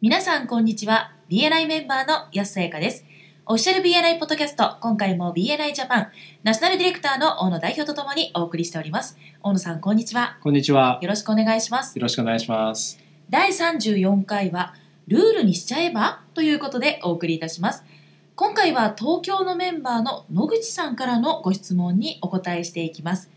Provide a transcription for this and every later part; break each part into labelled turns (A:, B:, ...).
A: 皆さんこんにちは BNI メンバーの安さやかですオフィシャル BNI ポッドキャスト今回も BNI ジャパンナショナルディレクターの大野代表とともにお送りしております大野さんこんにちは
B: こんにちは。
A: よろしくお願いします
B: よろしくお願いします。
A: 第34回は「ルールにしちゃえば?」ということでお送りいたします今回は東京のメンバーの野口さんからのご質問にお答えしていきます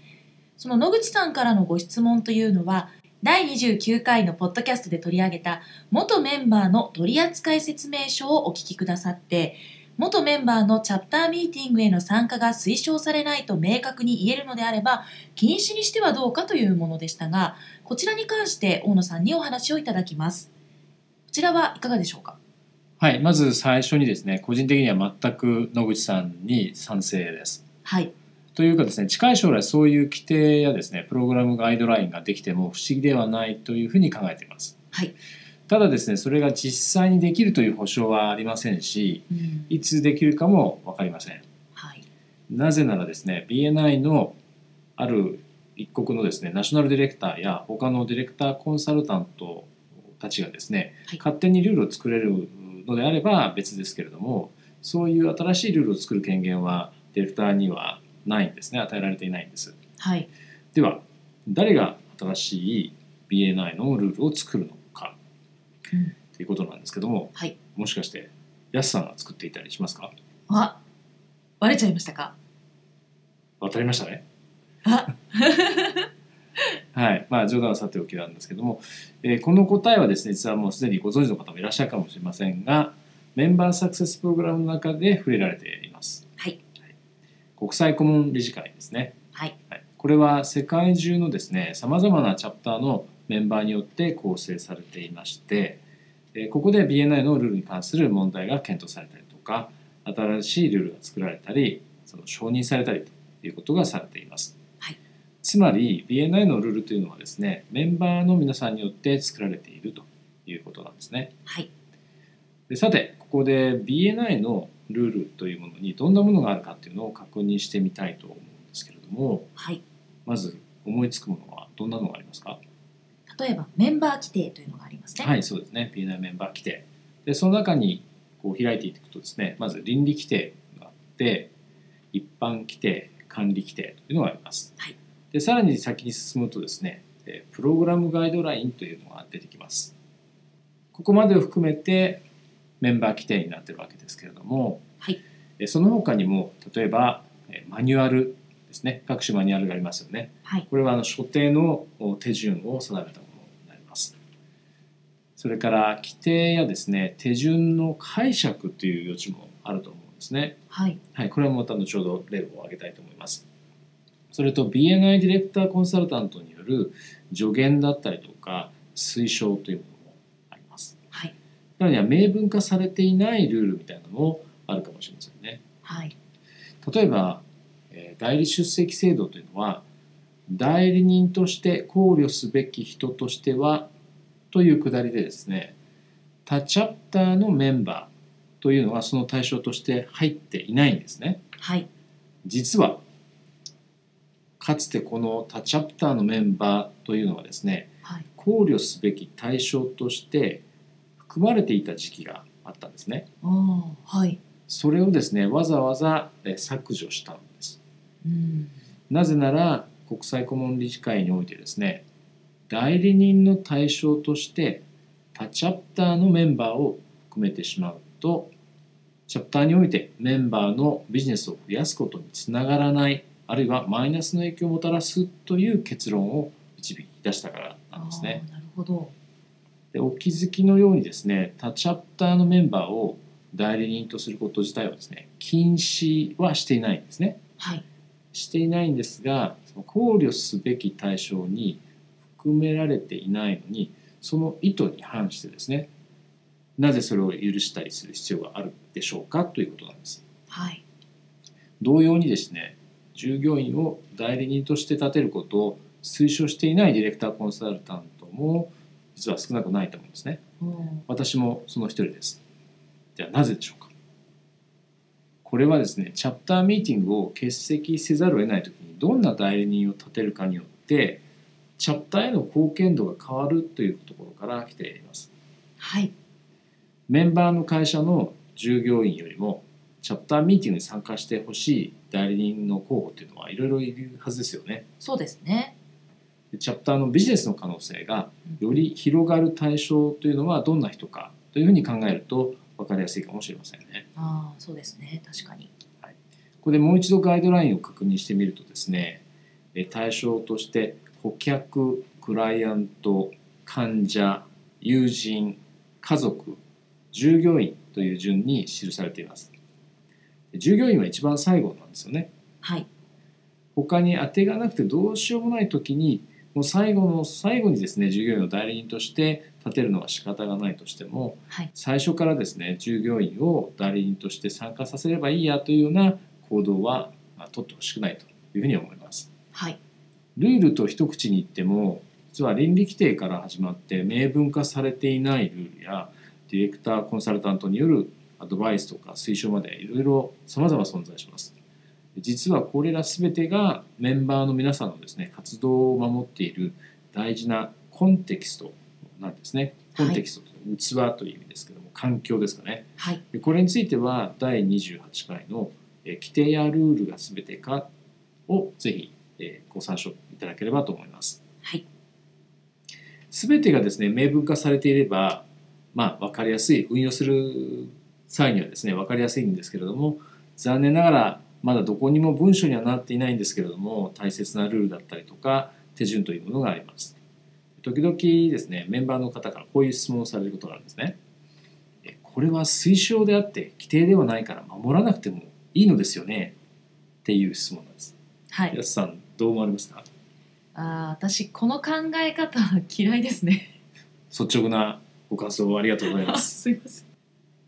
A: その野口さんからのご質問というのは第29回のポッドキャストで取り上げた元メンバーの取扱説明書をお聞きくださって元メンバーのチャプターミーティングへの参加が推奨されないと明確に言えるのであれば禁止にしてはどうかというものでしたがこちらに関して大野さんにお話をいただきます。こちらはいかがでしょうか。
B: はい、まず最初にですね、個人的には全く野口さんに賛成です。
A: はい。
B: というかですね、近い将来そういう規定やですね、プログラムガイドラインができても不思議ではないというふうに考えています。
A: はい。
B: ただですね、それが実際にできるという保証はありませんし、
A: うん
B: いつできるかもわかりません。
A: はい。
B: なぜならですね BNI のある一国のですねナショナルディレクターや他のディレクターコンサルタントたちがですね、
A: はい
B: 勝手にルールを作れるのであれば別ですけれどもそういう新しいルールを作る権限はディレクターにはないんですね与えられていないんです
A: はい。
B: では誰が新しい BNI のルールを作るのか
A: うん
B: ということなんですけども、
A: はい
B: もしかしてヤスさんが作っていたりしますか
A: あ、バレちゃいましたか。
B: わかりましたね
A: あ、
B: はいまあ、冗談はさておきなんですけども、えーこの答えはですね実はもうすでにご存知の方もいらっしゃるかもしれませんがメンバーサクセスプログラムの中で触れられています
A: はい。
B: 国際顧問理事会ですね、
A: はい。
B: はい、これは世界中のですねさまざまなチャプターのメンバーによって構成されていまして、えーここで BNI のルールに関する問題が検討されたりとか新しいルールが作られたりその承認されたりということがされています、
A: はい
B: つまり BNI のルールというのはですねメンバーの皆さんによって作られているということなんですね
A: はい。
B: でさてここで BNI のルールというものにどんなものがあるかっていうのを確認してみたいと思うんですけれども
A: はい。
B: まず思いつくものはどんなのがありますか、
A: 例えばメンバー規定というのがありますね。
B: はいそうですね P&I メンバー規定でその中にこう開いていくとですねまず倫理規定があって一般規定管理規定というのがあります、
A: はい
B: でさらに先に進むとですねえープログラムガイドラインというのが出てきますここまでを含めてメンバー規定になってるわけですけれども、
A: はい
B: えーその他にも例えばえーマニュアルですね各種マニュアルがありますよね
A: はい。
B: これはあの所定の手順を定めたものになります。それから規定やですね手順の解釈という余地もあると思うんですね。
A: はい。
B: はい、これはまた後ほど例を挙げたいと思います。それと BNI ディレクターコンサルタントによる助言だったりとか推奨というものもあります。
A: はい。
B: さらには明文化されていないルールみたいなのもあるかもしれませんね。
A: はい。
B: 例えば、えー代理出席制度というのは代理人として考慮すべき人としてはというくだりでですね他チャプターのメンバーというのはその対象として入っていないんですね。
A: はい。
B: 実はかつてこの他チャプターのメンバーというのはですね
A: はい。
B: 考慮すべき対象として含まれていた時期があったんですね。
A: あーはい。
B: それをですねわざわざえー削除したんです。
A: うん。
B: なぜなら国際顧問理事会においてですね代理人の対象として他チャプターのメンバーを含めてしまうとチャプターにおいてメンバーのビジネスを増やすことにつながらないあるいはマイナスの影響をもたらすという結論を導き出したからなんですね。
A: あーなるほど。
B: でお気づきのようにですね他チャプターのメンバーを代理人とすること自体はですね禁止はしていないんですね。
A: はい。
B: していないんですがその考慮すべき対象に含められていないのにその意図に反してですねなぜそれを許したりする必要があるでしょうかということなんです。
A: はい。
B: 同様にですね従業員を代理人として立てることを推奨していないディレクターコンサルタントも実は少なくないと思うんですね。
A: うん
B: 私もその一人です。じゃあなぜでしょうかこれはですね、チャプターミーティングを欠席せざるを得ないときにどんな代理人を立てるかによってチャプターへの貢献度が変わるというところから来ています。
A: はい。
B: メンバーの会社の従業員よりもチャプターミーティングに参加してほしい代理人の候補っていうのはいろいろいるはずですよね。
A: そうですね。
B: でチャプターのビジネスの可能性がより広がる対象というのはどんな人かというふうに考えると分かりやすいかもしれませんね。
A: ああ、そうですね。確かに。
B: ここでもう一度ガイドラインを確認してみるとですねえー対象として顧客クライアント患者友人家族従業員という順に記されていますで従業員は一番最後なんですよね
A: はい。
B: 他に当てがなくてどうしようもない時にもう最後の最後にですね従業員の代理人として立てるのは仕方がないとしても
A: はい。
B: 最初からですね従業員を代理人として参加させればいいやというような行動はまあ取ってほしくないというふうに思います。
A: はい。
B: ルールと一口に言っても実は倫理規定から始まって明文化されていないルールやディレクターコンサルタントによるアドバイスとか推奨までいろいろ様々存在します。実はこれら全てがメンバーの皆さんのですね活動を守っている大事なコンテキストなんですね。コンテキストというのは器という意味ですけども環境ですかね。
A: はい。
B: でこれについては第28回のえー規定やルールが全てかをぜひえーご参照いただければと思います。
A: はい。
B: 全てがですね明文化されていれば、まあ、分かりやすい運用する際にはですね分かりやすいんですけれども残念ながらまだどこにも文書にはなっていないんですけれども大切なルールだったりとか手順というものがあります。時々ですねメンバーの方からこういう質問をされることがあるんですね。えこれは推奨であって規定ではないから守らなくてもいいのですよねっていう質問なんです。
A: は
B: や
A: い。
B: すさんどう思われますか
A: ああ、私この考え方嫌いですね。
B: 率直なご感想をありがとうございます。
A: すいません。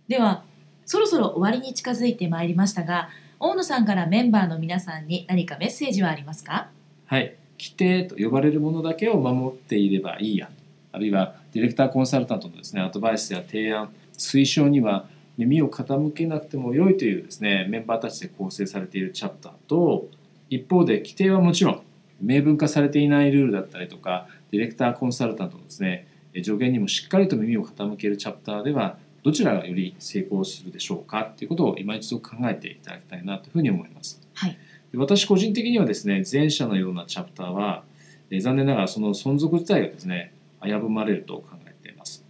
A: では、そろそろ終わりに近づいてまいりましたが、大野さんからメンバーの皆さんに何かメッセージはありますか
B: はい、規定と呼ばれるものだけを守っていればいいやあるいはディレクターコンサルタントのですねアドバイスや提案推奨には耳を傾けなくても良いというですねメンバーたちで構成されているチャプターと一方で規定はもちろん明文化されていないルールだったりとかディレクターコンサルタントのですねえ上限にもしっかりと耳を傾けるチャプターではどちらがより成功するでしょうかということを今一度考えていただきたいなというふうに思います。
A: はい。
B: で私個人的にはですね前者のようなチャプターは、えー残念ながらその存続自体がですね危ぶまれると考えています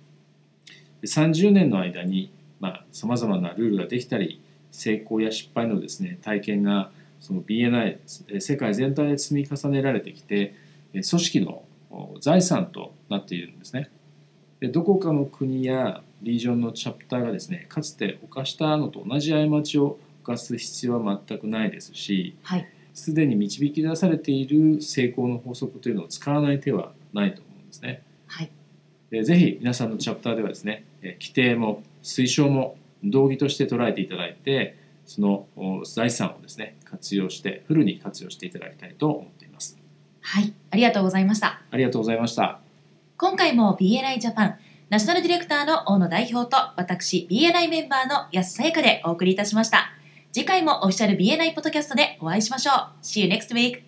B: で30年の間にさまざ、まなルールができたり成功や失敗のですね体験がその BNI えー世界全体で積み重ねられてきてえー組織のお財産となっているんですねでどこかの国やリージョンのチャプターがですねかつて犯したのと同じ過ちを犯す必要は全くないですし
A: はい。
B: すでに導き出されている成功の法則というのを使わない手はないと思うんですね。
A: はい。
B: えーぜひ皆さんのチャプターではですね、えー規定も推奨も道義として捉えていただいて、そのお財産をですね、活用して、フルに活用していただきたいと思っています。
A: はい。ありがとうございました。
B: ありがとうございました。
A: 今回も BNI ジャパン、ナショナルディレクターの大野代表と私、BNI メンバーの安さやかでお送りいたしました。次回もオフィシャル BNI ポッドキャストでお会いしましょう。See you next week!